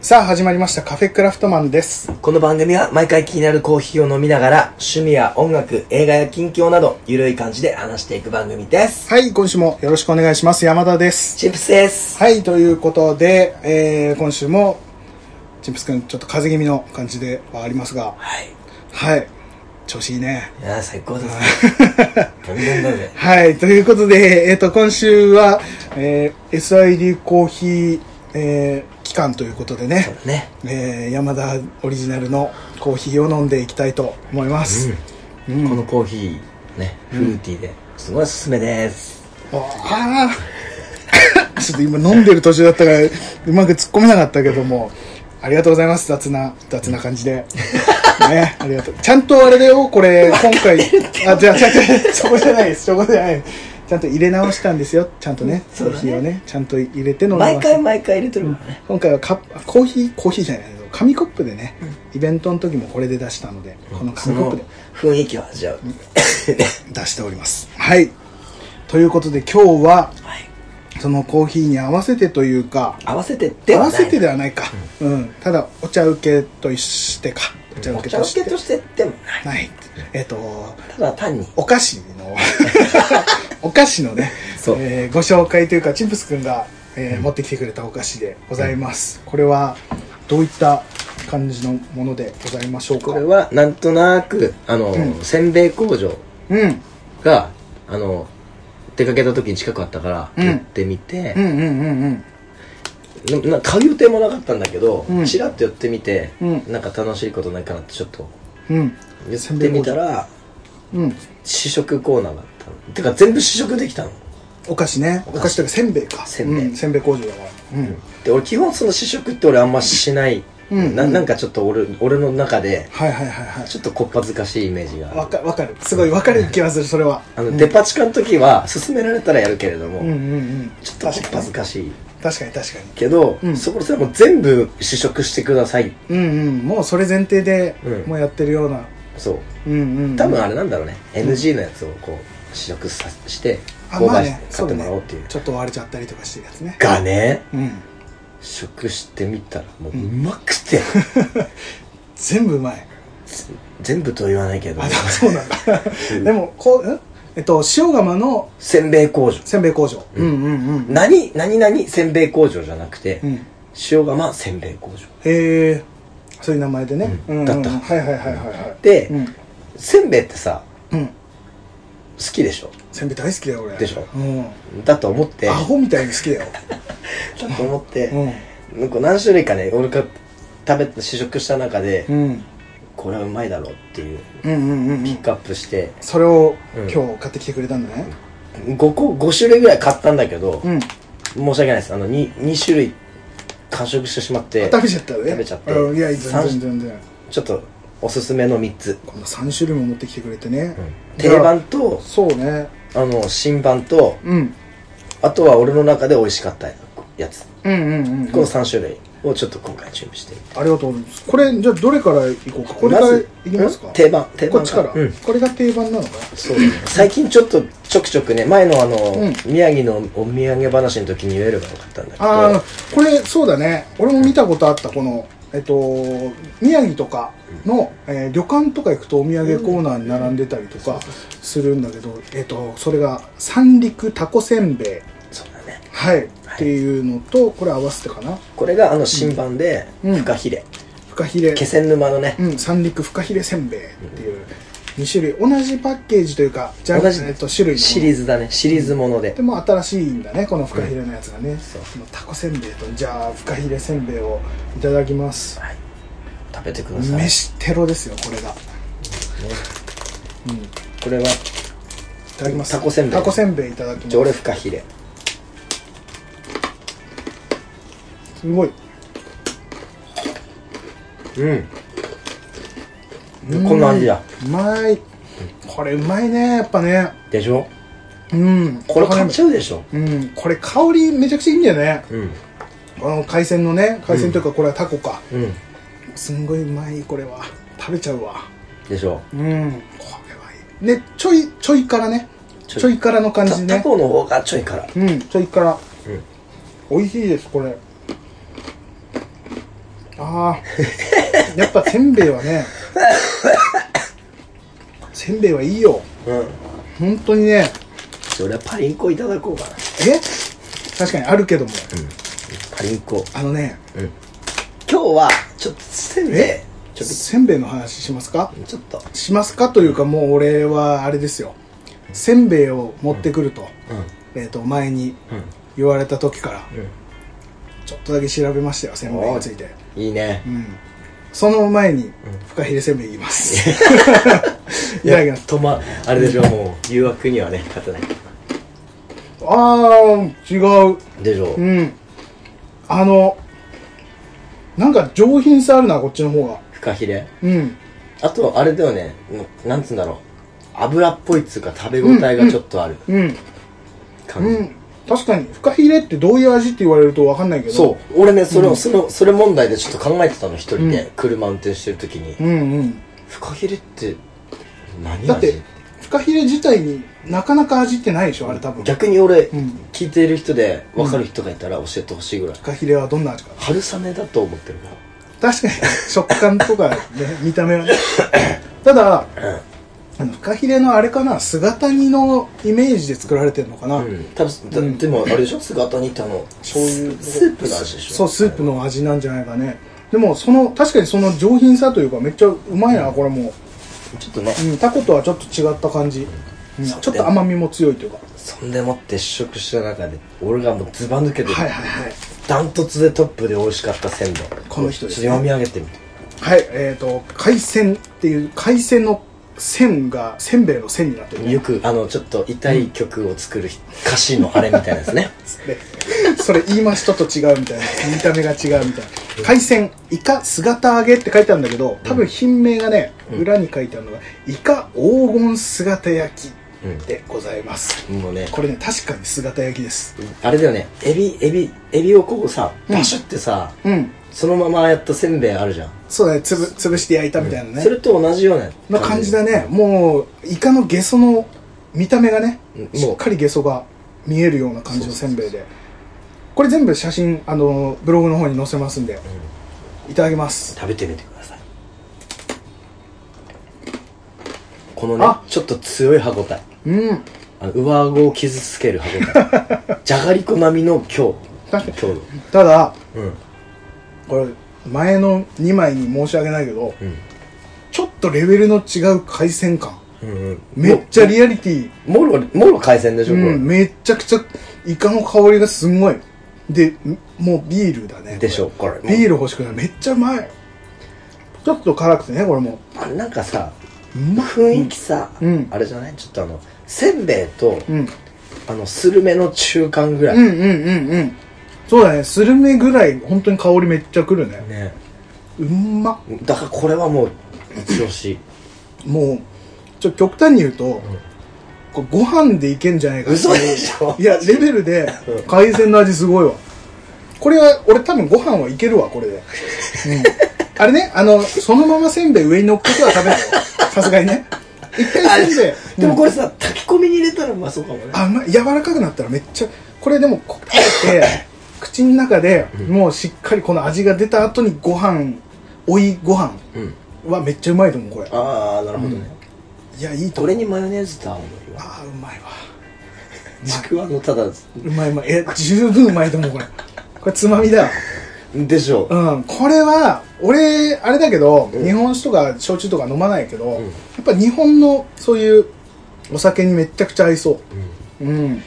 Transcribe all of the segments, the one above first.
さあ始まりましたカフェクラフトマンですこの番組は毎回気になるコーヒーを飲みながら趣味や音楽、映画や近況などゆるい感じで話していく番組です。はい今週もよろしくお願いします山田ですチップスです。はいということで、えー、今週もチンプス君ちょっと風邪気味の感じではありますがはい。はい調子いいねいやー最高ですね。 どんどんだぜ。はい、ということで、えっ、と、今週は、えー SID コーヒー、えー期間ということでそうね、だね。えー山田オリジナルのコーヒーを飲んでいきたいと思います。うんこのコーヒー、ね、フルーティーで、すごいおすすめです。ああちょっと今飲んでる途中だったから、うまく突っ込めなかったけども、ありがとうございます、雑な、雑な感じで。ね、ありがとう。ちゃんとあれだよ、これ、今回、あ、じゃあ、じゃあ、じゃあそこじゃないです、そこじゃない。ちゃんと入れ直したんですよ、ちゃんとね、コそうーだねヒーをね、ちゃんと入れて飲みま毎した回毎回入れてるからね。今回はカップあコーヒーコーヒーじゃないけど紙コップでね、イベントの時もこれで出したので、このそ紙コッのプで雰囲気を味わう。出しておりますはいということで今日ははい。そのコーヒーに合わせてというか 合わせてで合はなわい。せてではないか、うんただお茶受けとしてかお茶お受け茶とし受てけとしてでもない。ないえっ、とただ単に。お菓子の お菓子のねそうえーご紹介というかチンプス君が、えー持ってきてくれたお菓子でございます、これはどういった感じのものでございましょうかこれは、なんとなく、あの、うんせんべい工場うんが、あの、出かけた時に近くあったから、うん行ってみてう、んうんうんなな買う予定もなかったんだけど、うんちらっと寄ってみて、うんなんか楽しいことないかなってちょっと、うんうん寄ってみたら、うん試食コーナーがあったの。てか全部試食できたの。お菓子ねお菓子というかせんべいかせんべいうん、せんべい工場だからうんで、俺基本その試食って俺あんましない。うんななんかちょっと俺、俺の中で、はいはいはいはいちょっとこっぱずかしいイメージがある。わかわかるすごいわかる気がするそれはあの、デパ地下の時は、勧められたらやるけれども、うんうんうんちょっとこっぱずかしい。確かに確かにけど、うんそこそれも全部試食してくださいうんうんもうそれ前提で、うんもうやってるようなそううんうんうん多分あれなんだろうね、NG のやつをこう試食さしてあ購まあ買しねてそ買っだてねもらおうっていうちょっと割れちゃったりとかしてるやつねがねうん試食してみたらもううまく て、全部うまい 全部とは言わないけどあでもそうなんだんでもこう、んえっと、塩釜のせんべい工場せんべい工場うんうんうん何何々せんべい工場じゃなくて、うん塩釜せんべい工場へえそういう名前でねうんうんだったはいはいはいはいはいで、うんせんべいってさうん好きでしょせんべい大好きだよ俺でしょうんだと思ってアホみたいに好きだよだと思って、うなんか何種類かね俺が食べた試食した中で、んうんこれはうまいだろうっていううんうんうんうピんックアップしてそれをうん今日買ってきてくれたんだね5個5種類ぐらい買ったんだけど、うん申し訳ないですあの 2, 2種類完食してしまって食べちゃったね食べちゃってうんいや全三然全然ちょっとおすすめの3つ、この3種類も持ってきてくれてね定番とそうねあの新版とうんあとは俺の中で美味しかったやつうんうんこうのん3種類をちょっと今回準備してありがとうございますこれじゃあどれからいこうかこれかまらいずきますかうん定番定番こっちからうんこれが定番なのかそうだね最近ちょっとちょくちょくね前のあの、う宮城のお土産話の時に言えればよかったんだけどああこれそうだね俺も見たことあったこのえっと宮城とかのえー旅館とか行くとお土産コーナーに並んでたりとかするんだけどえっとそれが三陸たこせんべいそうだねはいっていうのとこれ合わせてかなこれがあの新版でうんフカヒレ、フカヒレ気仙沼のね、うん、三陸フカヒレせんべいっていう2種類同じパッケージというかじゃあ、同じえっと、種類のシリーズだねシリーズもので、でも新しいんだねこのフカヒレのやつがね、そうこのタコせんべいとじゃあフカヒレせんべいをいただきますはい、食べてください飯テロですよこれがうんいこれはただきますタコせんべいタコせんべいいただきじまゃあ俺すフカヒレすごいうんこんな味だうまいこれうまいねやっぱねでしょうんこれ買っちゃゃうでしょううんこれ香りめちゃくちゃいいんだよねうんこの海鮮のね海鮮というかこれはタコか、うんすんごいうまいこれは食べちゃうわでしょうんこれはいいねちょいちょいからねちょいちょいからの感たじタねコの方がちょいからうんちょいからうん美味しいですこれな やっぱせんべいは ねせんべいはいいようん本当にねそれはパリンコいただこうかなえ確かにあるけどもパリンコあのね今日はちょっとせんべいえちょっせんべいの話しますかとちょっとしますかというかもう俺はあれですよせんべいを持ってくると,、うんえー、と前にうん言われた時からちょっとだけ調べましたよせんべいについていいねうんその前にフカヒレせんべい言います いただきますとまあれでしょもう誘惑にはね勝てないあー違うでしょうんあのなんか上品さあるなこっちの方がフカヒレうんあとあれだよねうんなんつうんだろう油っぽいっつうか食べ応えがちょっとあるうん感じ、うん確かにフカヒレってどういう味って言われると分かんないけどそう俺ねそれを、そのそれ問題でちょっと考えてたの一人で、う車運転してる時に、うんうんフカヒレって何味だってフカヒレ自体になかなか味ってないでしょあれ多分フ逆に俺、ん聞いている人で分かる人がいたら教えてほしいぐらい、カヒレはどんな味か春雨だと思ってるな確かに食感とかね見た目 はねただあのフカヒレのあれかな姿煮のイメージで作られてるのかな、うん多分だうんでもあれでしょ姿煮ってあの醤油ススープの味でしょそうスープの味なんじゃないかねでもその確かにその上品さというかめっちゃうまいな、これもちょっとねう、うん、タコとはちょっと違った感じ、うんちそうょっと甘みも強いというかそんでもって試食した中で俺がもうずば抜けてはいはいはいダントツでトップで美味しかった鮮度この人ですねちょっと読み上げてみてはいえっ、と海鮮っていう海鮮の線がせんべいの線になってるねよくあのちょっと痛い曲を作る歌詞のあれみたいなですねでそれ言いましたと違うみたいな見た目が違うみたいな海鮮イカ姿揚げって書いてあるんだけど多分品名がね、裏に書いてあるのがイカ黄金姿焼きでございます、もうねこれね確かに姿焼きですあれだよねエビエビエビをこうさうんバシュってさ、うんそのままやったせんべいあるじゃん、そうだねつぶ潰して焼いたみたいなね、それと同じようなの感じだねもうイカのゲソの見た目がね、うんもうしっかりゲソが見えるような感じのせんべいでこれ全部写真あのブログの方に載せますんで、いただきます食べてみてくださいこのねあちょっと強い歯応えうんあの上顎を傷つける歯応 えじゃがりこ並みの強確かに強度ただうんこれ前の2枚に申し訳ないけどうんちょっとレベルの違う海鮮感うんうんめっちゃリアリティもろもろ海鮮でしょ、これうんめっちゃくちゃイカの香りがすごいでんもうビールだねでしょこれビール欲しくないめっちゃうまいちょっと辛くてねこれもあなんかさうまい雰囲気さ、うんあれじゃないちょっとあのせんべいと、うんあのスルメの中間ぐらい、うんうんうんうんそうだねスルメぐらい本当に香りめっちゃくるねねうんまだからこれはもう一押しもうちょ極端に言うと、これご飯でいけんじゃないかっていう嘘でしょいやレベルでうん海鮮の味すごいわこれは俺多分ご飯はいけるわこれで、うん、あれねあのそのまませんべい上に乗っけては食べないよさすがにね一あ回せんべいでもれ、これさ炊き込みに入れたらうまそうかもねあうまい柔らかくなったらめっちゃこれでもこうやって口の中でもうしっかりこの味が出た後にご飯おいご飯うんはめっちゃうまいと思うこれああなるほどね、いやいいとこ思うれにマヨネーズと合うのよああうまいわちくわのただうまいうまいえ十分うまいと思うこれこれつまみだよでしょうん、これは俺あれだけど、うん日本酒とか焼酎とか飲まないけど、ん、やっぱ日本のそういうお酒にめちゃくちゃ合いそううん、ううん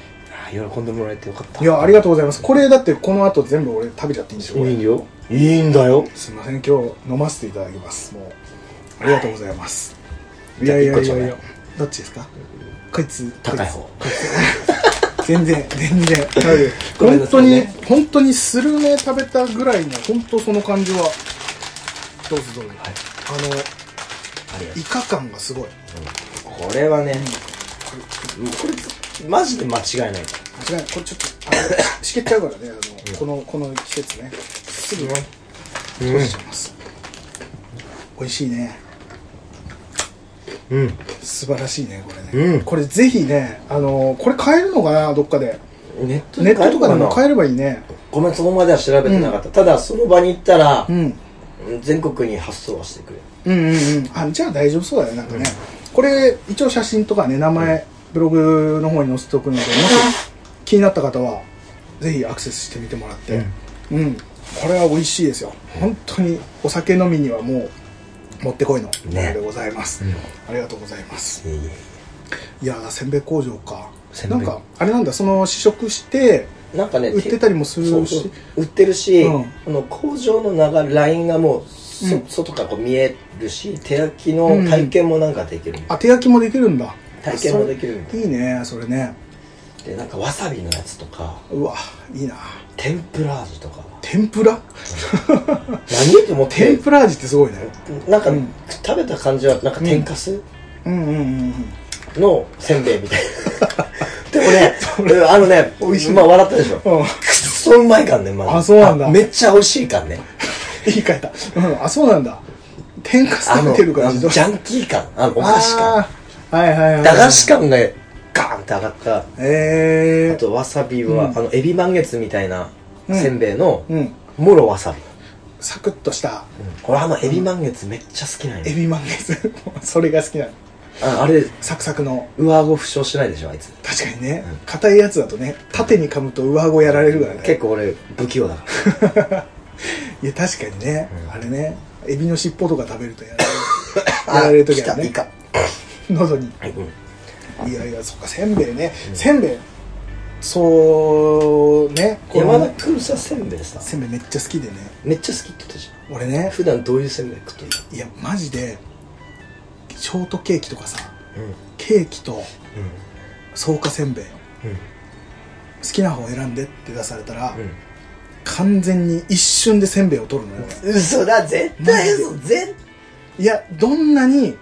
あー喜んでもらえてよかったいやありがとうございますこれだってこの後全部俺食べちゃっていいんでしょこいれいよいいんだよすいません今日飲ませていただきますもうありがとうございます、い、やいやいじゃあや一個いちょやどっちですかこいつ高い方こいつ全然全然はい ごめん本なさ当いに、ね本当にスルメ食べたぐらいの本当その感じはどうぞどうぞ、はいあのありがとイカ感がすごいうこれはねこれマジで間違いないから間違いないこれちょっとあのしけっちゃうからねあの、このこの季節ねすぐうん落ちちゃいます、美味しいねうん素晴らしいねこれね、うんこれぜひねあのこれ買えるのかなどっかでネットネットとかでもな買えればいいねごめんそこまでは調べてなかった、ただその場に行ったら、うんうん全国に発送はしてくれるうんうんうんあじゃあ大丈夫そうだねなんかね、これ一応写真とかね名前、ブログの方に載せておくのでもし気になった方はぜひアクセスしてみてもらってうん、これは美味しいですよ本当にお酒飲みにはもうもってこいのものでございます、うんありがとうございますいえいえいやーせんべい工場かせんべないんかあれなんだその試食してなんかね売ってたりもするしそうそう売ってるし、うんあの工場の流れラインがもう、そうん外からこう見えるし手焼きの体験もなんかできる、あ手焼きもできるんだ体験もできるあそれいいねそれねでなんかわさびのやつとかうわいいな天ぷら味とか天ぷら 何ってもう天ぷら味ってすごいねなんか、うん食べた感じはなんか天かすうんうんうんのせんべいみたい な、でもねうんあのね美味しいまあ笑ったでしょ、うんうんくっそうまいかんねまずあそうなんだあめっちゃ美味しいかんね言い換えた、うん、あそうなんだ天かす食べてるからあの自ジ動車ャンキー感あのお菓子感あーはいはいはい駄菓子感がガーンって上がったあええー、とわさびは、うんあのエビ満月みたいなうんせんべいの、うんもろわさび、サクッとした俺あのエビ満月めっちゃ好きなんよエビ満月 それが好きなのああれサクサクの上顎負傷しないでしょあいつ確かにね硬、いやつだとね縦に噛むと上顎やられるからね結構俺不器用だかいや確かにね、うんあれねエビの尻尾とか食べるとやられるらやられる時は あ来たイねカ喉にうんいやいやそっかせんべいね、せんべいそうねこれ山も田ね君させんべいさせんべいめっちゃ好きでねめっちゃ好きって言ってたじ俺ゃねん普段どういうせんべい食っているやマジでショートケーキとかさうんケーキと草加せんべい好きな方選んでって出されたら、う完全に一瞬でせんべいを取るのよん嘘だ絶対嘘絶いやどんなに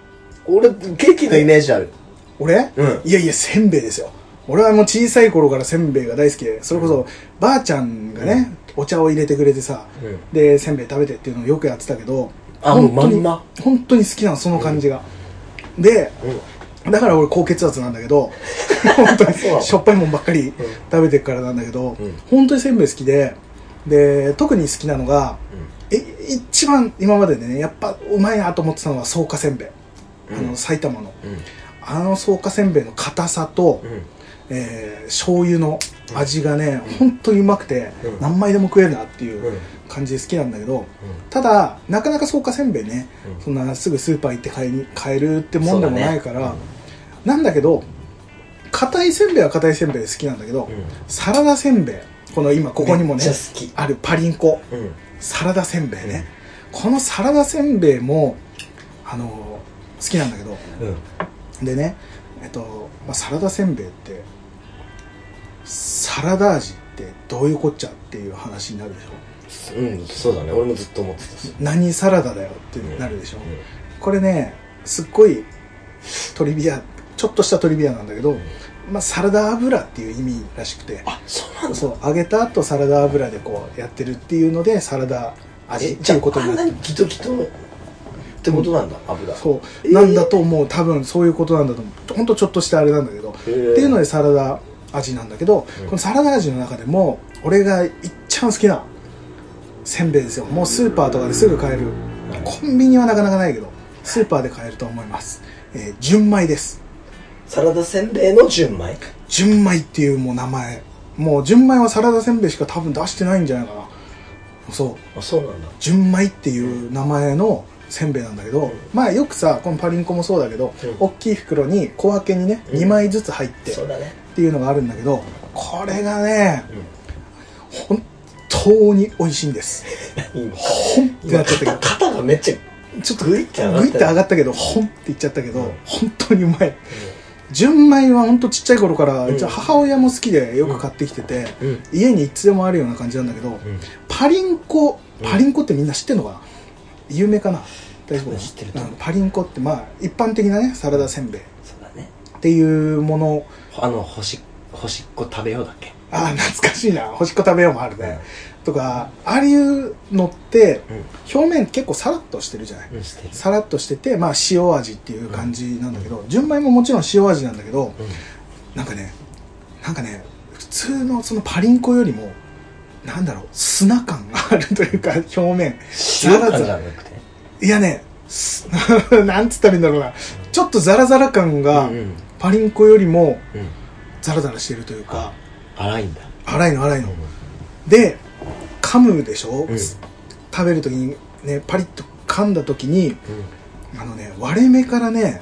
俺ケーキのイメージある俺、うんいやいやせんべいですよ俺はもう小さい頃からせんべいが大好きでそれこそばあちゃんがね、お茶を入れてくれてさ、うんでせんべい食べてっていうのをよくやってたけどあもう本当にまんま本当に好きなのその感じが、でうんだから俺高血圧なんだけ ど本当にそうなのしょっぱいもんばっかり食べてるからなんだけど、うん本当にせんべい好きでで特に好きなのがえ一番今まででねやっぱうまいなと思ってたのは草加せんべい、あうのん埼玉のうんあの草加せんべいの硬さと、えー醤油の味がね、本当にうまくて、うん何枚でも食えるなっていううん感じで好きなんだけど、ただなかなか草加せんべいね、うんそんなすぐスーパー行って買いに買えるってもんでもないかそうだら、ねなんだけど硬いせんべいは硬いせんべいで好きなんだけど、うんサラダせんべいこの今ここにもねめっちゃ好きあるパリンコうんサラダせんべいね、このサラダせんべいもあの好きなんだけどうんでねえっと、まあ、サラダせんべいってサラダ味ってどういうこっちゃっていう話になるでしょうんそうだね俺もずっと思ってたし何サラダだよってなるでしょ、うんこれねすっごいトリビアちょっとしたトリビアなんだけど、まあ、サラダ油っていう意味らしくてあそうなんだそう揚げた後サラダ油でこうやってるっていうのでサラダ味えってじいゃうことああになんってなるにギトギトってことなんだ油そう、えーなんだと思う多分そういうことなんだと思うほんとちょっとしたあれなんだけど、へーっていうのでサラダ味なんだけど、うんこのサラダ味の中でも俺がいっちゃん好きなせんべいですよもうスーパーとかですぐ買える、はいコンビニはなかなかないけどスーパーで買えると思います、えー純米ですサラダせんべいの純米純米っていうもう名前もう純米はサラダせんべいしか多分出してないんじゃないかなそうあそうなんだ純米っていう名前のせんべいなんだけど、まあよくさこのパリンコもそうだけど、うん大きい袋に小分けにね、うん2枚ずつ入ってそうっだねていうのがあるんだけどこれがねうん本当に美味しいんです今ほんってなっちゃったけ肩肩がめっちゃどちょっとググイイッッてて上がったよ上がったけどほんって言っちゃったけど、うん本当にうまい純米は本当ちっちゃい頃から、ううんち母親も好きでよく買ってきてて、うん家にいつでもあるような感じなんだけど、パリンコパリンコってみんな知ってんのかな、有名かな大丈夫知ってると思ううんパリンコってまあ一般的なねサラダせんべいっそうだねていうものあの星星っこ食べようだっけああ懐かしいな星っこ食べようもあるね、とかああいうのってう表面結構サラッとしてるじゃない、んしてるさらっとしててまあ塩味っていう感じなんだけど、純米ももちろん塩味なんだけど、なんかねなんかね普通のそのパリンコよりもなんだろう砂感があるというか 表面白かじゃなくていやねす なんつったらいいんだろうなちょっとザラザラ感がうんうんパリンコよりもうんザラザラしてるというか荒いんだ粗いの粗いので噛むでしょ、うん食べる時にねパリッと噛んだ時にうんあのね割れ目からね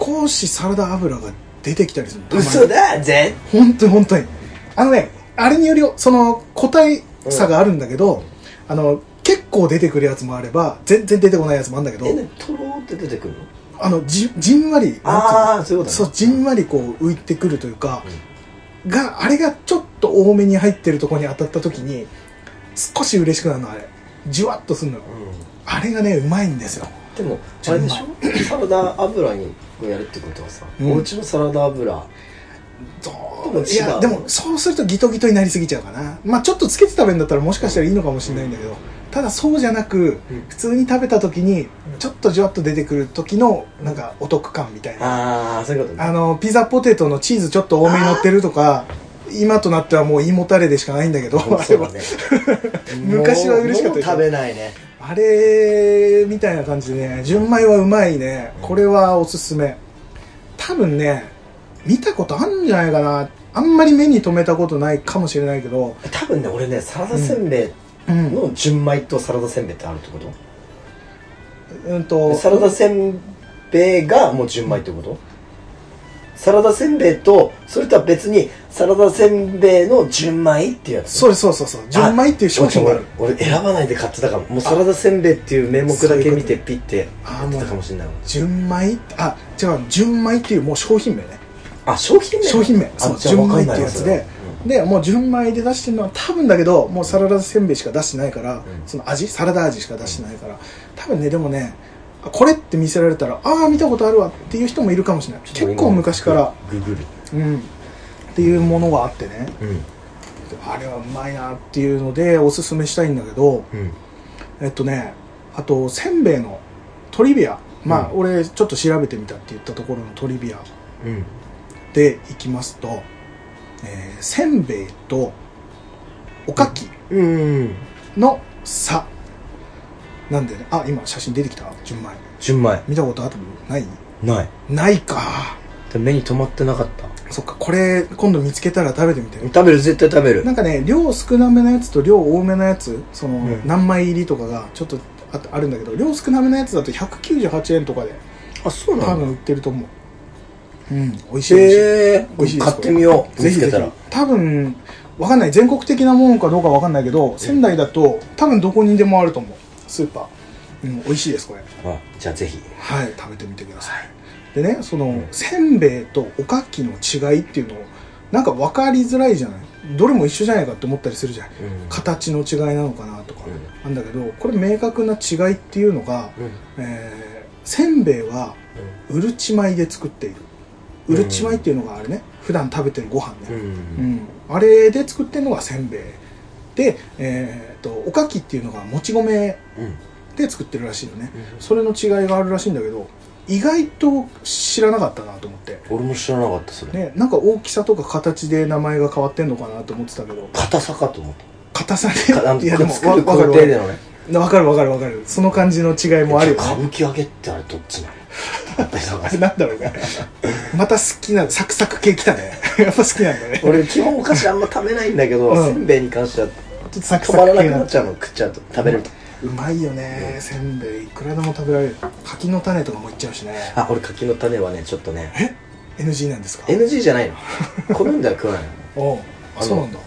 少しサラダ油が出てきたりするのたまに嘘だぜ本当に本当にあのねあれによりその個体差があるんだけど、あの結構出てくるやつもあれば全然出てこないやつもあるんだけどえとろーって出てくるのあのじじんわりあなんあつそういううことそねうじんわりこう浮いてくるというか、うがあれがちょっと多めに入ってるところに当たった時に少し嬉しくなるのあれじゅわっとするのうあれがねうまいんですよんでもあれでしょサラダ油にやるってことはさうんお家のサラダ油どでもういや違うでもそうするとギトギトになりすぎちゃうかなまあちょっとつけて食べるんだったらもしかしたらいいのかもしれないんだけど、ただそうじゃなく、うん普通に食べた時にちょっとじゅわっと出てくる時のなんかお得感みたいな、ああそういうことねあのピザポテトのチーズちょっと多めに乗ってるとか今となってはもう胃もたれでしかないんだけどあそれうはだね 昔は嬉しかったもうでしょ食べないねあれみたいな感じでね純米はうまいねこれはおすすめ多分ね見たことあるんじゃないかなあんまり目に留めたことないかもしれないけど多分ね俺ねサラダせんべいうんの純米とサラダせんべいってあるってこと、うんとサラダせんべいがもう純米ってことサラダせんべいとそれとは別にサラダせんべいの純米っていうやつそうそうそうそう純米っていう商品がある俺俺選ばないで買ってたかももうサラダせんべいっていう名目だけ見てピッてあ買ってもうたかもしれないもん純米あ違う純米っていうもう商品名ねあ商品名商品名あそうじゃあ純わか米んってないいうやつでわでもう純米で出してるのは多分だけどもうサラダせんべいしか出してないから、んその味サラダ味しか出してないから多分ねでもねあこれって見せられたらああ見たことあるわっていう人もいるかもしれないそれ結構昔からググるうんっていうものがあってねうんあれはうまいなっていうのでおすすめしたいんだけどうんえっとねあとせんべいのトリビアまあ、う俺ちょっと調べてみたって言ったところのトリビアうんでいきますと、えーせんべいとおかきうんの差なんでねあ今写真出てきた純米純米見たことあるないないないかで目に留まってなかったそっかこれ今度見つけたら食べてみて食べる絶対食べるなんかね量少なめなやつと量多めなやつその、ん何枚入りとかがちょっとああるんだけど量少なめなやつだと198円とかであそうな多の分売ってると思ううん美味しい美味しいへえ美味しいです買ってみようぜひぜ見つけひたら多分わかんない全国的なものかどうかわかんないけど仙台だと多分どこにでもあると思うスーパー、うん、美味しいですこれあじゃあぜひはい食べてみてくださいでねその、せんべいとおかきの違いっていうのをなんか分かりづらいじゃないどれも一緒じゃないかって思ったりするじゃない、うん形の違いなのかなとか、うんなんだけどこれ明確な違いっていうのが、うんえーせんべいはうるち米で作っているうるち米っていうのがあれね普段食べてるご飯ね、うんん、あれで作ってるのがせんべいで、えー、とおかきっていうのがもち米うんで作ってるらしいよね、うんそれの違いがあるらしいんだけど意外と知らなかったなと思って、俺も知らなかったそれね、なんか大きさとか形で名前が変わってんのかなと思ってたけど硬さかと思っ硬さたかあのでいやでも作るわ工かる程わかでるのねわかるわかるわかるその感じの違いもあるよ歌ね舞伎揚げってあれどっちな のなんだろうね また好きなサクサク系来たね やっぱ好きなんだね俺基本お菓子あんま食べないんだけど、うんせんべいに関してはちょっとサク止サまらクな系くななんっだちゃうの食っちゃうと食べるとうまいよねせんべいいくらでも食べられる柿の種とかもいっちゃうしねあ俺柿の種はねちょっとね NG なんですか NG じゃないの 好んでは食わないのおうああのそうなんだ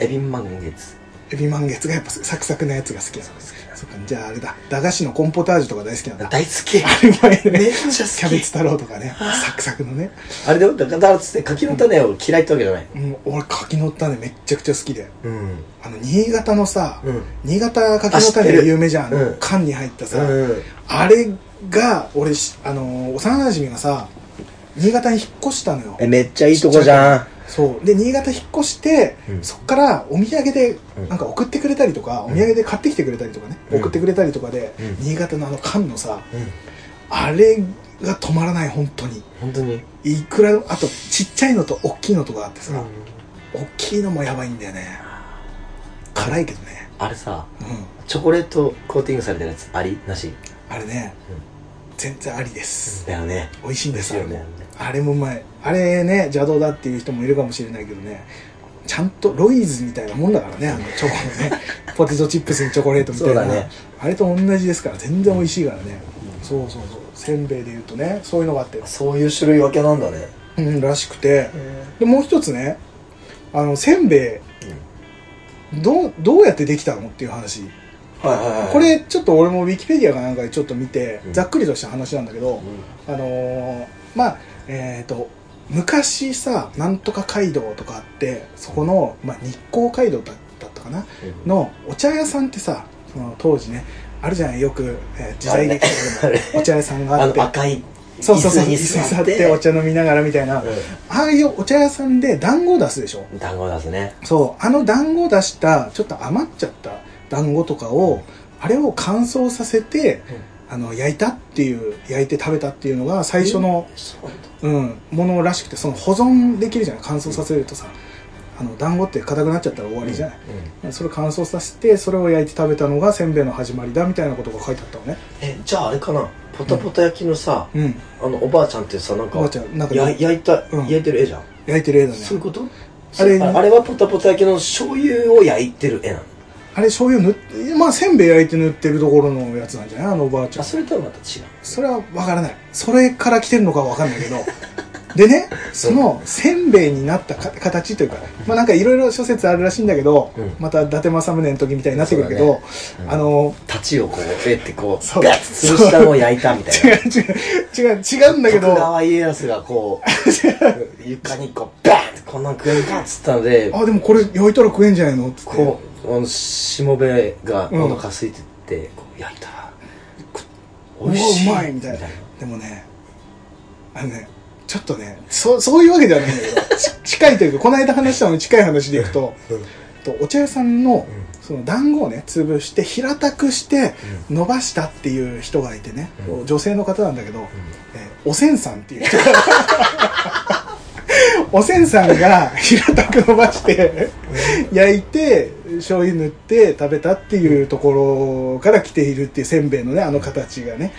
エビ満月エビ満月がやっぱサクサクなやつが好きなのそっかじゃああれだ駄菓子のコンポタージュとか大好きなんだ 大好きあれうまいねめっちゃ好きキャベツ太郎とかねサクサクのね、あれでもだからだからっつって柿の種を嫌いってわけじゃないうん、俺柿の種めっちゃくちゃ好きでうんあの新潟のさ、うん新潟柿の種で有名じゃん、あ知ってるうん缶に入ったさ、うんあれが俺しあのー幼馴染がさ新潟に引っ越したのよえめっちゃいいとこじゃんそうで新潟引っ越して、うんそっからお土産でうんなんか送ってくれたりとか、お土産で買ってきてくれたりとかね、うん送ってくれたりとかで、うん新潟のあの缶のさうんあれが止まらない本当に本当にいくらあとちっちゃいのと大きいのとかあってさ、大きいのもやばいんだよね辛いけどねあれさうんチョコレートコーティングされてるやつありなしあれね、うん全然ありです、だよね美味しいんですでよすよねあれもうまいあれね邪道だっていう人もいるかもしれないけどねちゃんとロイズみたいなもんだからねあのチョコの ねポテトチップスにチョコレートみたいなそうだねあれと同じですから全然美味しいからね、そうそうそうせんべいでいうとねそういうのがあってそういう種類分けなんだねうんらしくてでもう一つねあのせんべいどうどうやってできたのっていう話はいはいはいこれちょっと俺もウィキペディアかなんかでちょっと見て、うんざっくりとした話なんだけど、うあのーまあえっ、と昔さなんとか街道とかあってそこの、まあ、日光街道だだったかな、んのお茶屋さんってさその当時ねあるじゃないよく、えー時代劇とかあでれもお茶屋さんがああっての赤いそうそうそう椅椅子に子に座座っっててお茶飲みながらみたいな、ああいうお茶屋さんで団子を出すでしょうん団子出すねそうあの団子を出したちょっと余っちゃった団子とかをあれを乾燥させてあの焼いたっていう焼いて食べたっていうのが最初のそうなんだうん、ものらしくてその保存できるじゃない乾燥させるとさ、あの団子って硬くなっちゃったら終わりじゃない、うんうんそれを乾燥させてそれを焼いて食べたのがせんべいの始まりだみたいなことが書いてあったのねえじゃああれかなポタポタ焼きのさうんあのおばあちゃんってさなんかおばあちゃんなんかや焼いたうん焼いてる絵じゃん焼いてる絵だねそういうことあれそあれはポタポタ焼きの醤油を焼いてる絵なのあれ醤油塗ってまあせんべい焼いて塗ってるところのやつなんじゃないあのおばあちゃ あんそれとはまた違うそれは分からないそれから来てるのかは分かんないけどでねそのせんべいになったか形というかまあなんかいろいろ諸説あるらしいんだけど、うんまた伊達政宗の時みたいになってくるけど、そうだねうんあの立ちをこうえってこそううガッつ潰したのを焼いた みたい違なう違う違う違うんだけど徳川家康がこ う床にこうバーンってこんなん食えんかっつったのであでもこれ焼いたら食えんじゃないのっつってこうあのしもべがうんお腹空いてって、こう焼いたらこう美わ味しいうまいみたいなでもねあのねちょっとねそそういうわけではないんだ けどち近いというかこの間話したのに近い話でいくとうんとお茶屋さんのうその団子をね潰して平たくして伸ばしたっていう人がいてね、うん女性の方なんだけど、えーおせんさんっていう人がおせんさんが平たく伸ばして焼いて醤油塗って食べたっていうところから来ているっていうせんべいのねあの形がね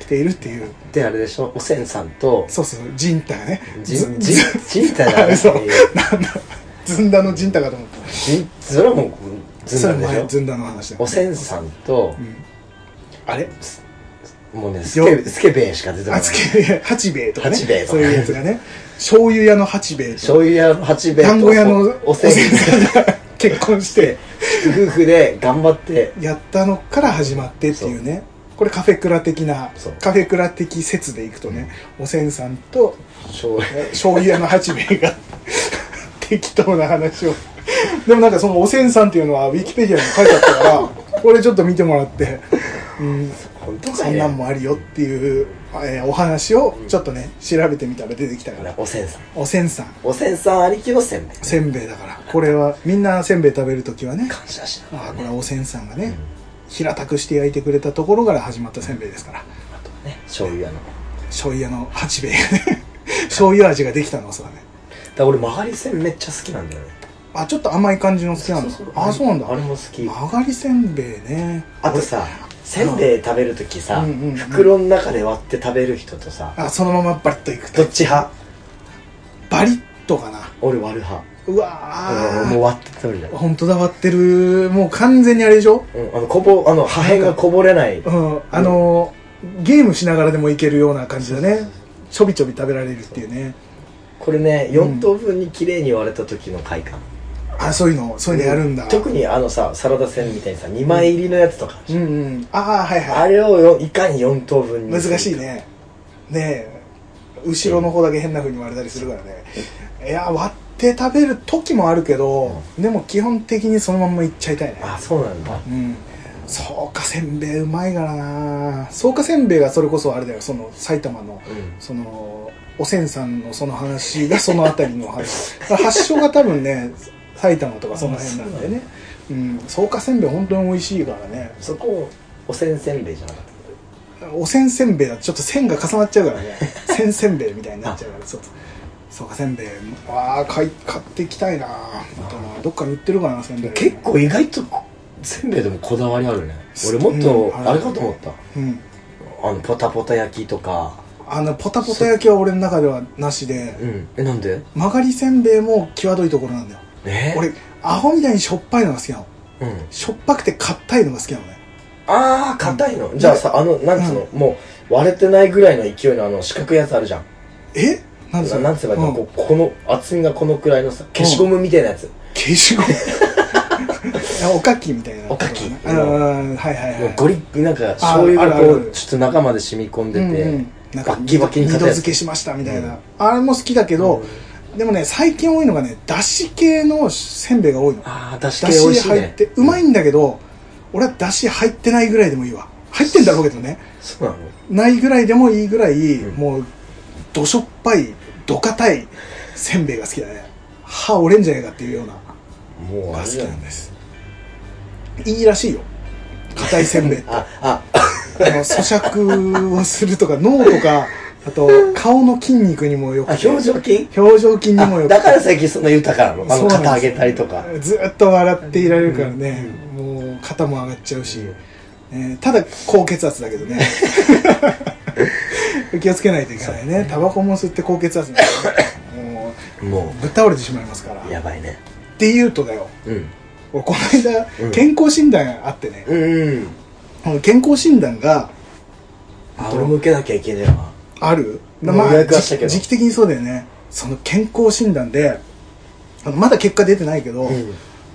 来ているっていうであれでしょおせんさんとそうそうジンタがねじずじずじんただねそう なんだずんだのジンタかと思ったじんそれはもうずそれんだ前でしずょんだの話だおせんさんとう、んあれもうねスケスケベイしか出てこなあいつけ八兵衛とかね八兵衛とかそういうやつがね醤油屋の八兵衛と醤油屋の八兵衛団と子屋のおせんさんが結婚して夫婦で頑張ってやったのから始まってっていうねこれカフェクラ的なそうカフェクラ的説でいくとねおせんさんと醤油醤油屋の八兵衛が適当な話をでもなんかそのおせんさんっていうのはウィキペディアに書いてあったからこれちょっと見てもらって、うん、本当そかんいなんねもあるよっていう、えーお話をちょっとね調べてみたら出てきたからおせんさんおせんさんおせんさんありきのせんべいせんべいだからこれはみんなせんべい食べるときはね感謝しながあらあねこれはおせんさんがね、平たくして焼いてくれたところから始まったせんべいですからあとはね醤油屋の醤油屋の八兵衛 がね醤油味ができたのそうだねだから俺曲がりせんめっちゃ好きなんだよねあちょっと甘い感じの好きなんだああそうなんだあれも好き曲がりせんべいねあとさせんべい食べるときさ、うんうんうん袋の中で割って食べる人とさ、あそのままバリッといくどとっち派バリッとかな俺割る派うわ俺もーう割って食べるじゃん、本当だ割ってるもう完全にあれでしょうん、あのこぼあの破片がこぼれないうんあのーゲームしながらでもいけるような感じだねちょびちょび食べられるっていうねこれね4等分に綺麗に割れた時の快感、あそういうのそういうのやるんだ、特にあのさサラダせんみたいにさ2枚入りのやつとか、うんうんああはいはあれをよいかに4等分いにする難しいねねえ後ろの方だけ変な風に割れたりするからねいや割って食べる時もあるけど、でも基本的にそのまんまいっちゃいたいねあそうなんだうんそうかせんべいうまいからなそうかせんべいがそれこそあれだよその埼玉のうんそのおせんさんのその話がそのあたりの話 発祥が多分ね埼玉とかその辺なんでねうん草加せんべい本当に美味しいからねそこをおせんせんべいじゃなかった おせんせんべいだとちょっと線が重なっちゃうからねせんせんべいみたいになっちゃうからそうそうかせんべいああ買い買っていきたいなまたなどっかに売ってるかなせんべい結構意外とこせんべいでもこだわりあるね俺もっうとんはいあれかと思った、うんあのポタポタ焼きとかあのポタポタ焼きは俺の中ではなしでうんえなんで曲がりせんべいも際どいところなんだよえ俺アホみたいにしょっぱいのが好きなのうんしょっぱくて硬いのが好きなのねああ硬いの、じゃあさあのなんつうの、もう割れてないぐらいの勢いのあの四角いやつあるじゃんえなんですなかなんつえばいいの、うんこうこの厚みがこのくらいのさ消しゴムみたいなやつ、消し ゴムあおかきみたいなおかきあーはいはいもはういゴリッなんか醤油がああるあこるあるうちょっと中まで染み込んでて、うんうんなんかバッキバキに二度硬いやつ漬けしましたみたいな、あれも好きだけど、でもね最近多いのがねだし系のせんべいが多いのだああだし系美味ししいね入ってうまいんだけど俺はだし入ってないぐらいでもいいわ入ってんだろうけどねそうなのないぐらいでもいいぐらい、うんもうどしょっぱいどかたいせんべいが好きだね歯折れんじゃねえかっていうようなもうあがれ好きだよなんですいいらしいよ硬いせんべいってあああの咀嚼をするとか脳とかあと顔の筋肉にもよあくて表情筋表情筋にもよあくだてから最近そんな豊かなのあそうのなんです肩上げたりとかずっと笑っていられるからね、もう肩も上がっちゃうし、えーただ高血圧だけど ね気をつけないといけないねタバコも吸って高血圧になるももうぶっ倒れてしまいますからうっやばいねていうとだようん俺この間、うん健康診断あってね、うん健康診断があ俺も受けなきゃいけねえわある、もう予約はしたけど時期時期的にそうだよねその健康診断であのまだ結果出てないけど、うん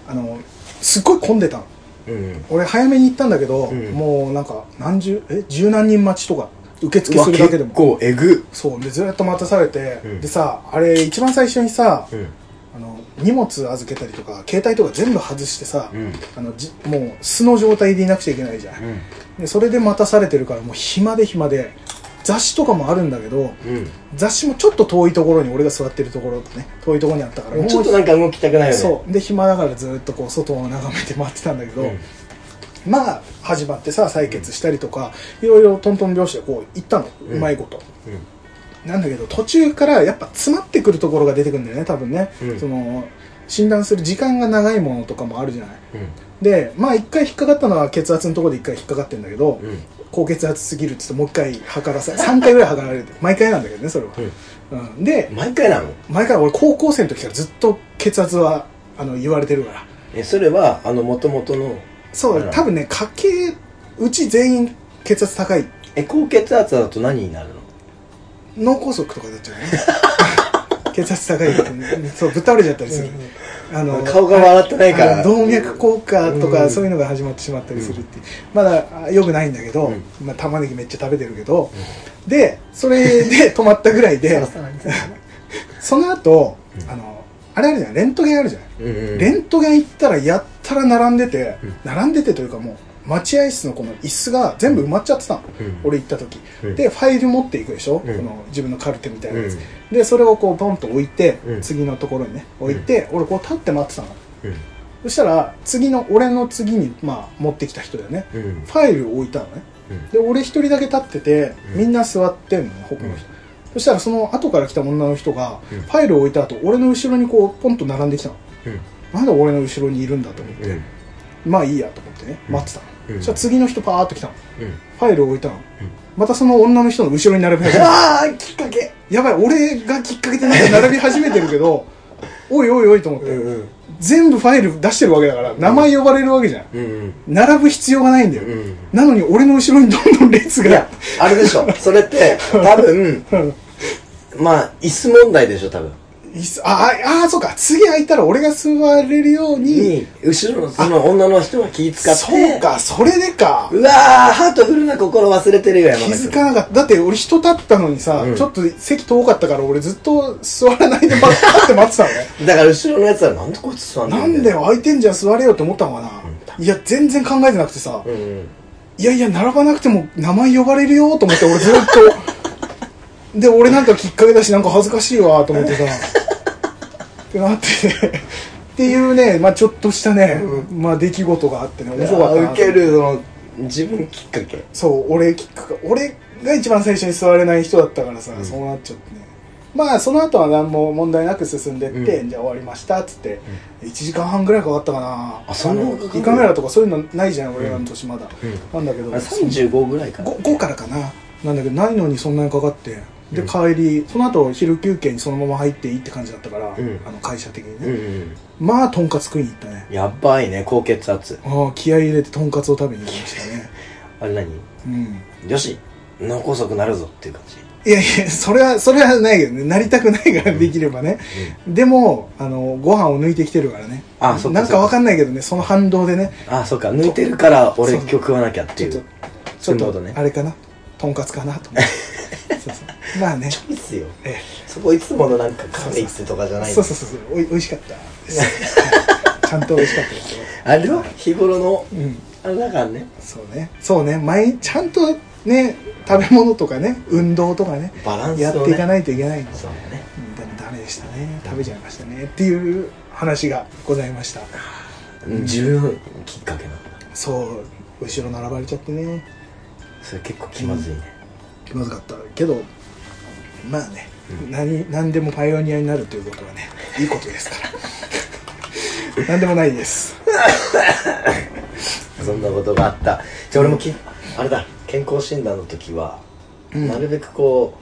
あのすっごい混んでたのうん俺早めに行ったんだけど、うんもうなんか何十え十何人待ちとか受付うわするだけで結も構えぐそうでずっと待たされて、うんでさあれ一番最初にさ、うんあの荷物預けたりとか携帯とか全部外してさ、うんあのじもう素の状態でいなくちゃいけないじゃん、うんでそれで待たされてるからもう暇で暇で雑誌とかもあるんだけど雑誌もちょっと遠いところに俺が座ってるところとね遠いところにあったからうんもうちょっとなんか動きたくないよねそうで暇だからずっとこう外を眺めて待ってたんだけど、うんまあ始まってさ採血したりとか、いろいろトントン拍子でこう行ったの、うまいことうんなんだけど途中からやっぱ詰まってくるところが出てくるんだよね多分ね、うんその診断する時間が長いものとかもあるじゃないうんでまあ一回引っかかったのは血圧のところで一回引っかかってんだけど、うん高血圧すぎるっつってもう一回測らさ3回ぐらい測られて毎回なんだけどねそれは、うん、で毎回なの前から俺高校生の時からずっと血圧はあの言われてるからえそれはあの元々のそうあら多分ね家計うち全員血圧高いえ高血圧だと何になるの脳梗塞とかになっちゃう ね血圧高いとねそうぶっ倒れちゃったりする、あの顔が笑ってないかあらの動脈硬化とうかんそういうのが始まってしまったりするっていう、まだよくないんだけど、うんまあ、玉ねぎめっちゃ食べてるけど、でそれ で止まったぐらいでその後、うんあのあれあるじゃんレントゲンあるじゃない、うんうんレントゲン行ったらやったら並んでて、うん並んでてというかもう待合室のこの椅子が全部埋まっちゃってたの、うん俺行った時、うんでファイル持っていくでしょ、うんこの自分のカルテみたいなやつ、うんでそれをこうポンと置いて、うん次のところにね置いて、俺こう立って待ってたのうんそしたら次の俺の次に、まあ、持ってきた人だよねうんファイルを置いたのねうんで俺一人だけ立っててうんみんな座ってんのね他の人、そしたらその後から来た女の人が、うんファイルを置いた後俺の後ろにこうポンと並んできたのうんなんで俺の後ろにいるんだと思って、うんまあいいやと思ってね待ってたの、うんそしたら次の人パーッと来たのうんファイルを置いたの、またその女の人の後ろに並び始めたああきっかけやばい俺がきっかけでなんか並び始めてるけど おいおいおいと思って、うん全部ファイル出してるわけだから名前呼ばれるわけじゃん、うん並ぶ必要がないんだよ、うんなのに俺の後ろにどんどん列いやがあれでしょそれって多分まあ椅子問題でしょ多分いっそあああそうか次空いたら俺が座れるように、に後ろのその女の人が気使ってそうかそれでかうわーハートフルな心忘れてるよ山気田づ君かなかっただって俺人立ったのにさ、うんちょっと席遠かったから俺ずっと座らないで待って待ってたのねだから後ろのやつはなんでこいつ座んねなみたんいで空いてんじゃん座れよって思ったのかな、ういや全然考えてなくてさ、うんうんいやいや並ばなくても名前呼ばれるよと思って俺ずっ とで俺なんかきっかけだしなんか恥ずかしいわと思ってさってなってねっていうね、まあ、ちょっとしたね、まあ、出来事があってね面白かったなウケるその自分きっかけそう俺きっかけ俺が一番最初に座れない人だったからさ、そうなっちゃってねまあその後は何も問題なく進んでって、うんじゃあ終わりましたっつって、1時間半ぐらいかかったかなあそんなのかかる胃カメラとかそういうのないじゃん俺らの年まだ、うなんだけどあ35ぐらいかな 5, からかななんだけどないのにそんなにかかってで帰り、その後昼休憩にそのまま入っていいって感じだったから、うんあの会社的にうんね、うんまあとんかつ食いに行ったねやばいね高血圧ああ気合い入れてとんかつを食べに行きましたねあれ何うんよし脳梗塞なるぞっていう感じいやいや、それは、それはないけどね。なりたくないからできればね。でも、あの、ご飯を抜いてきてるからね。あそっかなんかわかんないけどね、その反動でね、あそうか抜いてるから俺そう今日食わなきゃってちいょっとう、ちょっそういうこととね、あれかな、とんかつかなと思 って。そうそうまあねチ。ョイスよえそこいつものなんかカフェ行ってとかじゃえないそうそうそうそう、おい美味しかったです。 はいちゃんと美味しかったですよ。あれは日頃のうん。あれだからねそうね。そうね。毎、ちゃんとね、食べ物とかね、運動とかね、バランスをねやっていかないといけないんですそうだねうんでもダメでしたね食べちゃいましたねっていう話がございました十分きっかけなんだそう後ろ並ばれちゃってねそれ結構気まずいね気まずかったけどまあね、何何でもパイオニアになるということはねいいことですから 何でもないですそんなことがあったじゃあ俺もきあれだ健康診断の時は、うんなるべくこ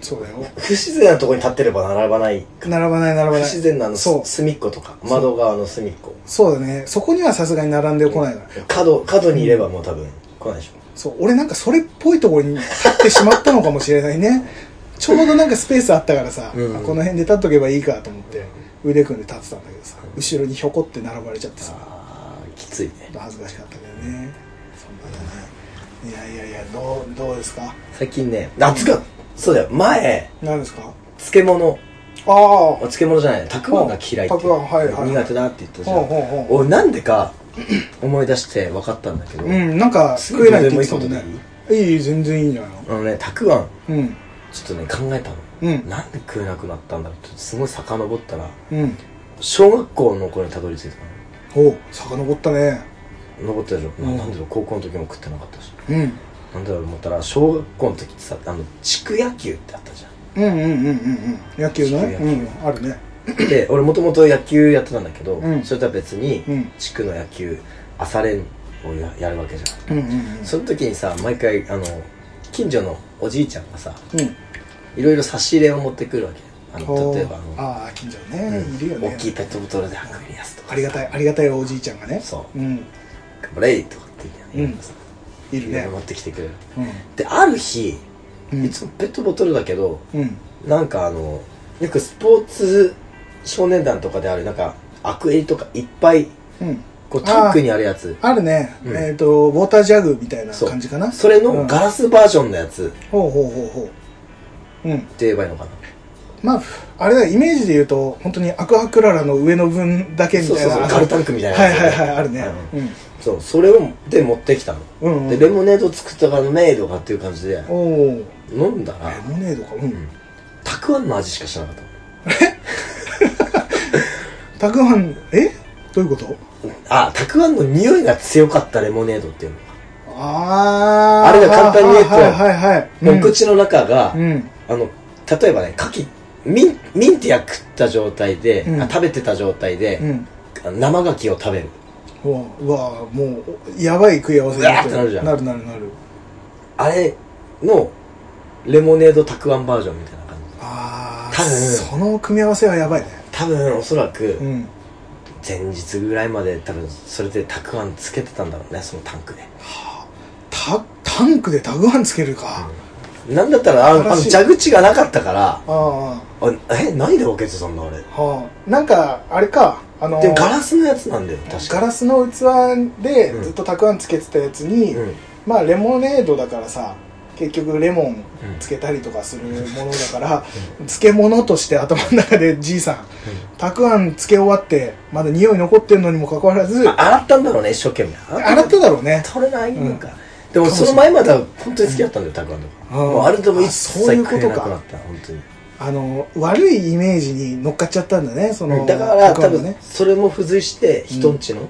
そうだよう不自然なところに立ってれば並ばない並ばない並ば不ない自然なあのそう隅っことか窓側の隅っこそうだねそこにはさすがに並んでこないから角角にいればもう多分来ないでしょそう俺なんかそれっぽいところに立ってしまったのかもしれないね ちょうどなんかスペースあったからさ、うんあこの辺で立っとけばいいかと思って腕組んで立ってたんだけどさ後ろにひょこって並ばれちゃってさああきついね恥ずかしかったけどねそんなのねいやいやいやどうどうですか最近ね夏がそうだよ前何ですか漬物ああお漬物じゃないたくあんが嫌いってたくあんはいはい苦手だって言ったじゃほうほうんほう俺なんでか 思い出して分かったんだけど、うんなんか食えないって言ってたもんねすぐどうでもいいいいいい全然いいんじゃないのあのねたくあんうんちょっとね考えたの、うんなんで食えなくなったんだろうってすごい遡ったらうん小学校の頃にたどり着いたおう遡ったねの登ったでしょ、うんなんでだろう高校の時も食ってなかったしうんなんだろう思ったら小学校の時ってさあの地区野球ってあったじゃんうんうんうんうんうん野球ね野球うんあるねで俺もともと野球やってたんだけど、うんそれとは別にうん地区の野球朝練をややるわけじゃうんうんんその時にさ毎回あの近所のおじいちゃんがさうんうんいろいろ差し入れを持ってくるわけあの例えばあのああ近所ね、うんいるよね大きいペットボトルで運びやすとかありがたいありがたいおじいちゃんがねそううん頑張れとかって言ううんやさいいるろいねろ持ってきてくれるうである日、うんいつもペットボトルだけどんうんなんかあのよくスポーツ少年団とかであるなんかアクエリとかいっぱいうんこうタンクにあるやつあるね、うんえっ、とウォータージャグみたいなそう感じかなそれのガラスバージョンのやつってほうほうほうほううん言えばいいのかな、まああれだよイメージで言うと本当にアクアクララの上の分だけみたいそうなそうそうガルタンクみたいなはいやつはいはいあるねそうそれをで持ってきたの、うんうん、うでん、レモネード作ったからメイドかっていう感じでおおレ飲んだらモネードかうんたくあんの味しかしなかったたくあんえどういうことあたくあんの匂いが強かったレモネードっていうのあああれが簡単に言うとはいはいはいはい、もう口の中が、うんあの例えばね牡蠣ミンミンティア食った状態で、うんあ食べてた状態でう、んあの生牡蠣を食べるうわうわもうやばい食い合わせにうわーってなるじゃんなるなるなるあれのレモネードたくあんバージョンみたいな感じああ多分その組み合わせはやばいね多分おそらく、うん前日ぐらいまで多分それでたくあんつけてたんだろうねそのタンクでたタンクでタグワンつけるか、なんだったらあのあの素晴らしい蛇口がなかったからああえ何で分けてたんだあれあはあなんかあれかあのでもガラスのやつなんだよ確ガかラスの器でうんずっとたくあんつけてたやつに、うんまあレモネードだからさ結局レモンつけたりとかするものだから、漬物として頭の中でじいさん、たくあん漬け終わってまだ匂い残ってるのにもかかわら ずあ洗ったんだろうね一生懸命洗っただろうね取れないのか、でもその前までは本当に好きだったんだよたくあんとかうんもうあれでも一あそう切いう食こえとなかくなった本当にあの悪いイメージに乗っかっちゃったんだねそのだからたくあ多んが分ねそれも付随して人んちの、は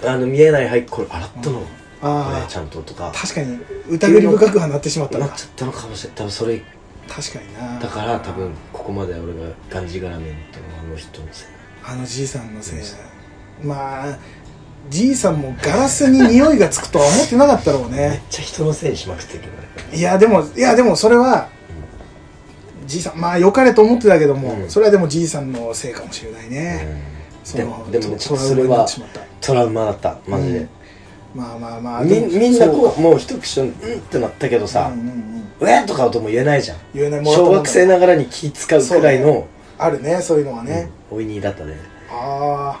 いはいあの見えないはいこれ洗ったの、これあちゃんととかあ確かに疑り深くはなってしまったななっちゃったのかもしれない多分それ確かになだから多分ここまで俺ががんじがらめになったのはあの人のせいあのじいさんのせいだまあじいさんもガラスに匂いがつくとは思ってなかったろうめ っねちゃ人のせいにしまくってるけどねいやでもいやでもそれはじいさんまあ良かれと思ってたけども、うんそれはでもじいさんのせいかもしれないね、そでのもでもねトちょっとそれトラウマになっはてしまったトラウマだったマジで、まあまあまあみでもみんなそうこうもう一口とうんってなったけどかさう、んうんうんうえっとかとも言えないじゃん言えないもらった小もんだ学生ながらに気使うくらいのあるねそういうのはね、うんおいにだったねああ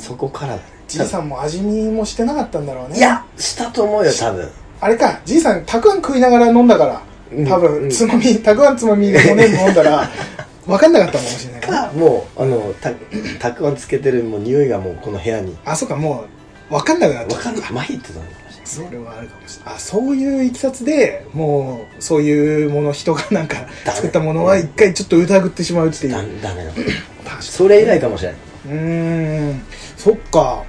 そこからだねじいさんも味見もしてなかったんだろうねいやしたと思うよ多分あれかじいさんたくあん食いながら飲んだからうん多う分んつまみたくあんつまみで5年飲んだら 分かんなかったかもしれないねかもうあのた たくあんつけてるもう匂いがもうこの部屋にあそうかもう分かんなくなっちわゃっかんない甘いってたのかもしれたそれはあるかもしれないあそういういきさつでもうそういうもの人がなんかダメ作ったものは一回ちょっと疑ってしまうっていうな確かいダメだにそれ以来かもしれないうーんそっか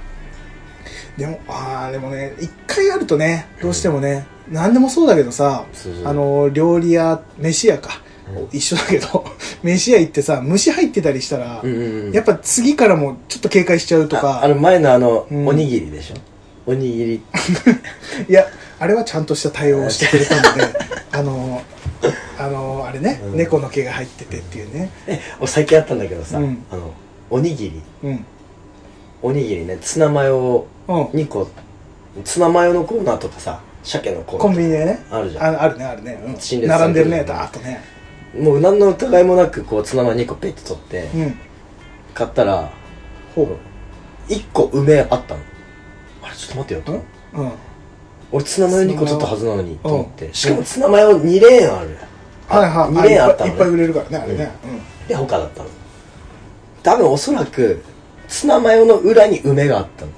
でもああでもね一回あるとねどうしてもね、何でもそうだけどさそうそうあの料理屋飯屋か、うん一緒だけど 飯屋行ってさ虫入ってたりしたら、うんうんうんやっぱ次からもちょっと警戒しちゃうとああかの前のあの、うんおにぎりでしょおにぎり いやあれはちゃんとした対応をしてくれた のであのあのあれね、うん猫の毛が入っててっていうねえお酒あったんだけどさ、うんあのおにぎりうんおにぎりねツナマヨうん2個ツナマヨのコーナーとかさ鮭のコーナーコンビニでねあるじゃんああるねあるね、う陳ん、列さ並んれでるてるねだーっとねもう何の疑いもなくこうツナマヨ2個ペッて取ってうん買ったらほう1個梅あったのあれちょっと待ってよとうん俺ツナマヨ2個取ったはずなのにと思っうてんしかもツナマヨ2レーンあるはいはい2レーンあったいのっぱいいっぱい売ねれるからねあれね、で他だったの多分おそらくツナマヨの裏に梅があったの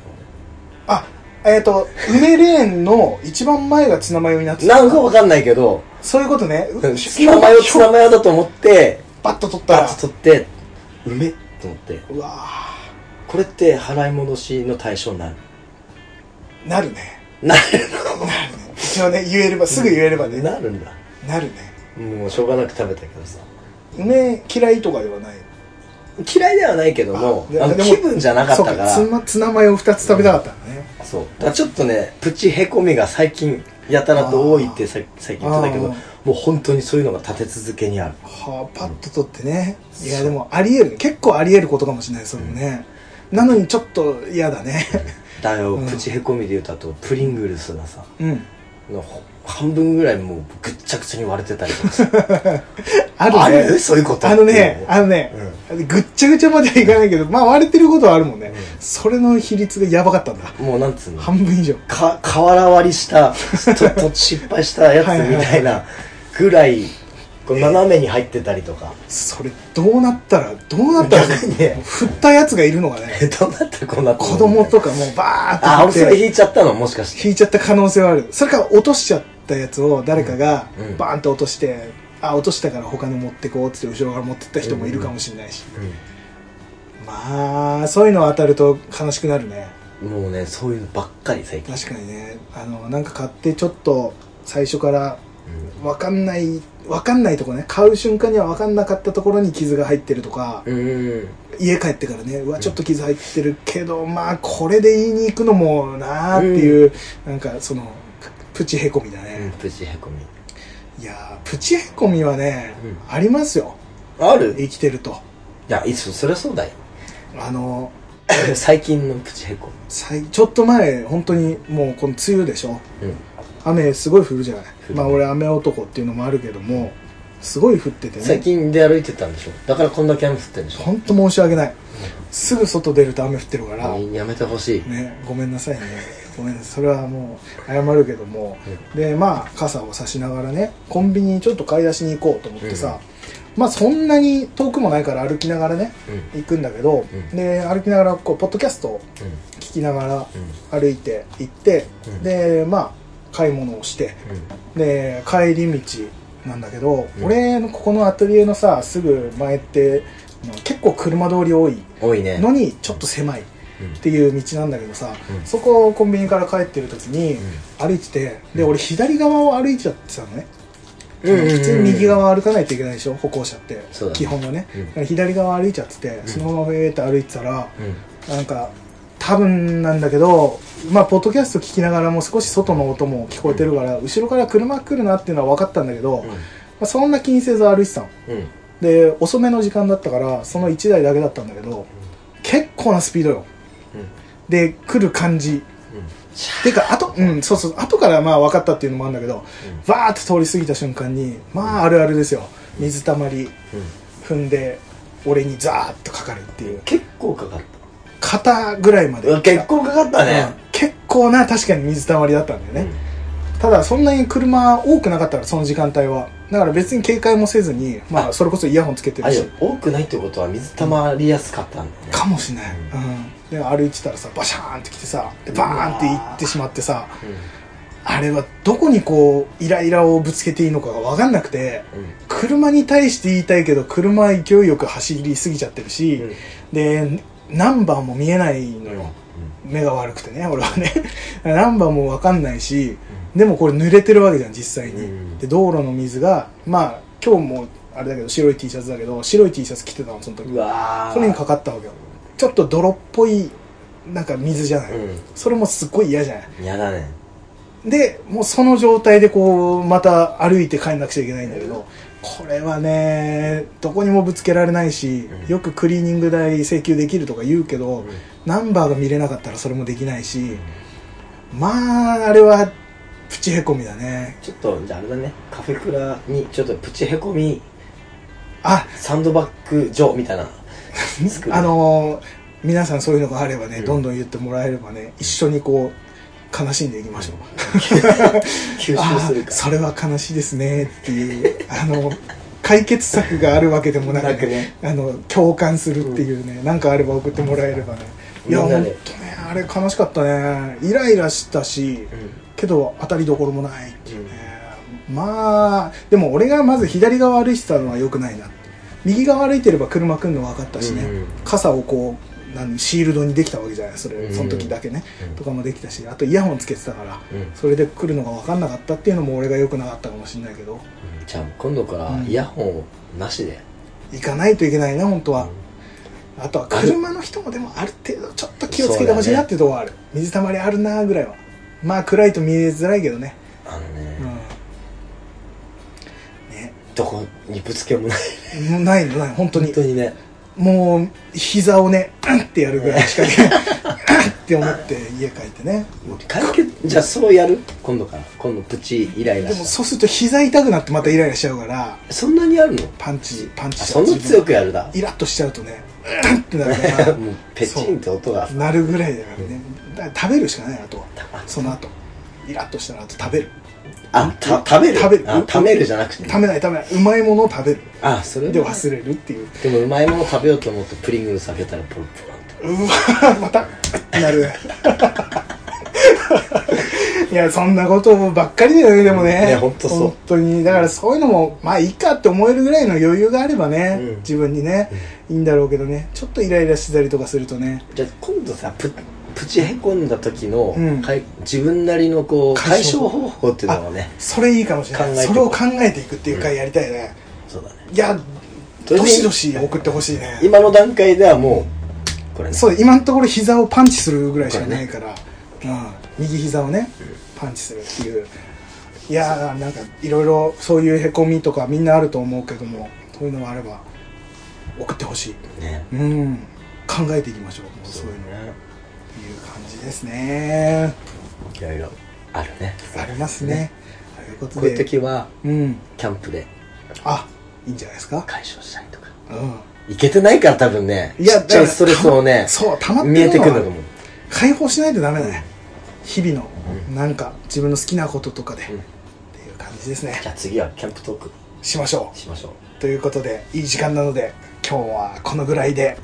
あえっ、と梅レーンの一番前がツナマヨになってたなんかわかんない けどそういうことねツナマヨツナマヨだと思ってパッと取ったバらッと取って梅と思ってうわーこれって払い戻しの対象になるなる ねなるなるね一応ね言えればすぐ言えればね、のなるんだなるねもうしょうがなく食べたけどさ梅嫌いとかではない嫌いではないけどもあであのでも気分じゃなかったからそそううかツナツナマヨ2つ食べたかったのね、だからちょっとねプチへこみが最近やたらと多いってさ最近言ってたけどあーもう本当にそういうのが立て続けにあるはあパッと取ってねいやでもありえる結構ありえることかもしれないそれもね、なのにちょっと嫌だねだよ、うんプチへこみで言うとあとプリングルスがさうんのほ半分ぐらいもうぐっちゃぐちゃに割れてたりとかさ あるねあるそういうことあのね、あのね、ぐっちゃぐちゃまではいかないけど、まあ割れてることはあるもんね。それの比率がやばかったんだ。もうなんつうの半分以上。か瓦割りしたとと失敗したやつみたいなぐらいこう斜めに入ってたりとかそれ、どうなったら、どうなったら、逆にね振ったやつがいるのがね、えどうなったらこんな子供とかもうバーってあ俺そ振っれて、引いちゃったのもしかして引いちゃった可能性はある。それから落としちゃったやつを誰かがうん、バーンと落として、あ、落としたから他の持ってこうっつって後ろから持ってった人もいるかもしれないし。まあ、そういうの当たると悲しくなるね。もうねそういうのばっかり最近確かにねあのなんか買ってちょっと最初から分かんない分かんないとこね買う瞬間には分かんなかったところに傷が入ってるとか、うん家帰ってからねうわちょっと傷入ってるけど、まあこれで言いに行くのもなーっていう、なんかそのプチへこみだうんね、プチへこみいやープチへこみはね、うありますよある生いきてるとやいつそりゃそうだよ あの最近のプチへこさいちょっと前本当にもうこの梅雨でしょみうん雨すごい降るじゃない降るまあ俺雨男っていうのもあるけどもすごい降っててね最近で歩いてたんでしょだからこんだけ雨降ってるんでしほんと申し訳ないすぐ外出ると雨降ってるから、ょやめてほしいね、ごめんなさいねごめんなさいそれはもう謝るけども、でまあ傘を差しながらねコンビニにちょっと買い出しに行こうと思ってさ、まあそんなに遠くもないから歩きながらねうん行くんだけど、うんで歩きながらこうポッドキャストをうん聞きながうんら歩いて行って、うんでまあ買い物をして、で帰り道なんだけど、うん俺のここのアトリエのさすぐ前ってまあ結構車通り多いうん多いねのにちょっと狭いっうんていう道なんだけどさ、うんそこをコンビニから帰ってる時に歩いててで俺左側を歩いちゃってたのねうんうんうん普通に右側歩かないといけないでしょ歩行者ってそうだね基本はね、うんだから左側歩いちゃっててんそのままフェーって歩いてたら、なんか多分なんだけどまあポッドキャスト聞きながらも少し外の音も聞こえてるから、後ろから車来るなっていうのは分かったんだけど、まあ、そんな気にせず歩いてたのうんうんで遅めの時間だったからその1台だけだったんだけど結構なスピードよで来る感じてかあとうんそうそう後からまあ分かったっていうのもあるんだけどわーって通り過ぎた瞬間にまああるあるですよ水たまり踏んで俺にザーッとかかるっていう結構かかっ肩ぐらいまでたうわ結構かかったねうん結構な確かに水たまりだったんだよね、ただそんなに車多くなかったからその時間帯はだから別に警戒もせずにまあそれこそイヤホンつけてうんあるれよし多くないってことは水たまりやすかったんだよねかもしれない、うん、で歩いてたらさバシャーンって来てさでバーンって行ってしまってさあれはどこにこうイライラをぶつけていいのかが分かんなくてうんうん車に対して言いたいけど車は勢いよく走りすぎちゃってるし、うんでナンバーも見えないのよ、目が悪くてね俺はね ナンバーも分かんないし、でもこれ濡れてるわけじゃん実際に、うんで道路の水がまあ今日もあれだけど白い T シャツだけど白い T シャツ着てたのその時うわーそれにかかったわけよちょっと泥っぽいなんか水じゃない、うそれもすっごい嫌じゃないん嫌だねでもうその状態でこうまた歩いて帰んなくちゃいけないんだけど、これはねどこにもぶつけられないし、うんよくクリーニング代請求できるとか言うけど、ナンバーが見れなかったらそれもできないし、まああれはプチへこみだねちょっとじゃああれだねカフェクラにちょっとプチへこみあサンドバッグ状みた いな作るあのー皆さんそういうのがあればね、うんどんどん言ってもらえればね一緒にこう悲しんでいきましょう、 吸あ収するーかそれは悲しいですねって いうあの解決策があるわけでもなく,、なくねあの共感するっていうね、なんかあれば送ってもらえればねいやみほんとんなねであれ悲しかったねイライラしたしけど当たりどころもないっていうね、まあでも俺がまず左側歩いてたのは良くないな右側歩いてれば車来るの分かったしね、うんうん傘をこうなんシールドにできたわけじゃないそうんうれんその時だけね、うんとかもできたしあとイヤホンつけてたから、うんそれで来るのが分かんなかったっていうのも俺が良くなかったかもしれないけどじゃあ今度からイヤホンをなしで、行かないといけないね本当は、うんあとは車の人もでもある程度ちょっと気をつけてほしいなっていうところはある、水たまりあるなぐらいはまあ暗いと見えづらいけどねあのね、うんねどこにぶつけもないもうないのない本当本に当にねもう膝をねうんってやるぐらいしかねうんって思って家帰ってね解決じゃあそうやる今度から今度プチイライでラもしそうすると膝痛くなってまたイライラしちゃうからたそんなにあるのパンチパンチあしそんな強くやるだイラッとしちゃうとねうんってなるからもうペチンって音がそうなるぐらいだからねだから食べるしかないあとはたその後イラッとしたらあと食べるあた食べる食べるあ食べるじゃなくて食べない食べないうまいものを食べるあそれねで忘れるっていうでもうまいもの食べようと思ってプリングルス開けたらポロポロンとうわ またなる いやそんなことばっかりだよねでもねねほんとそう本当にだからそういうのもまあいいかって思えるぐらいの余裕があればね、うん自分にねいいんだろうけどねちょっとイライラしてたりとかするとねじゃあ今度さププチへこんだ時の、うんかい自分なりのこう解解消消方法っていうのをねそれいいかもしれない考えてそれを考えていくっていう回やりたいね、そうだねいやどとりあえしずどし送ってほしいね今の段階ではもうこれねそう今のところ膝をパンチするぐらいしかないから、うん、右膝をねパンチするっていういやーなんかいろいろそういうへこみとかみんなあると思うけどもそういうのがあれば送ってほしい、ねうん、考えていきましょうもうそういうのってねいう感じですねいろいろあるねありますねということこういうで時はうんキャンプであいいんじゃないですか、解消したりとかういけてないから多分ねん、いやちっちゃいストレスをねそう溜まってるのは見えてくるんだと思う解放しないとダメだね日々のなんか自分の好きなこととかで、っていう感じですねじゃあ次はキャンプトークしましょしましょううということでいい時間なので今日はこのぐらいで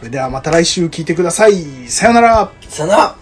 それではまた来週聞いてくださいさよならさよなら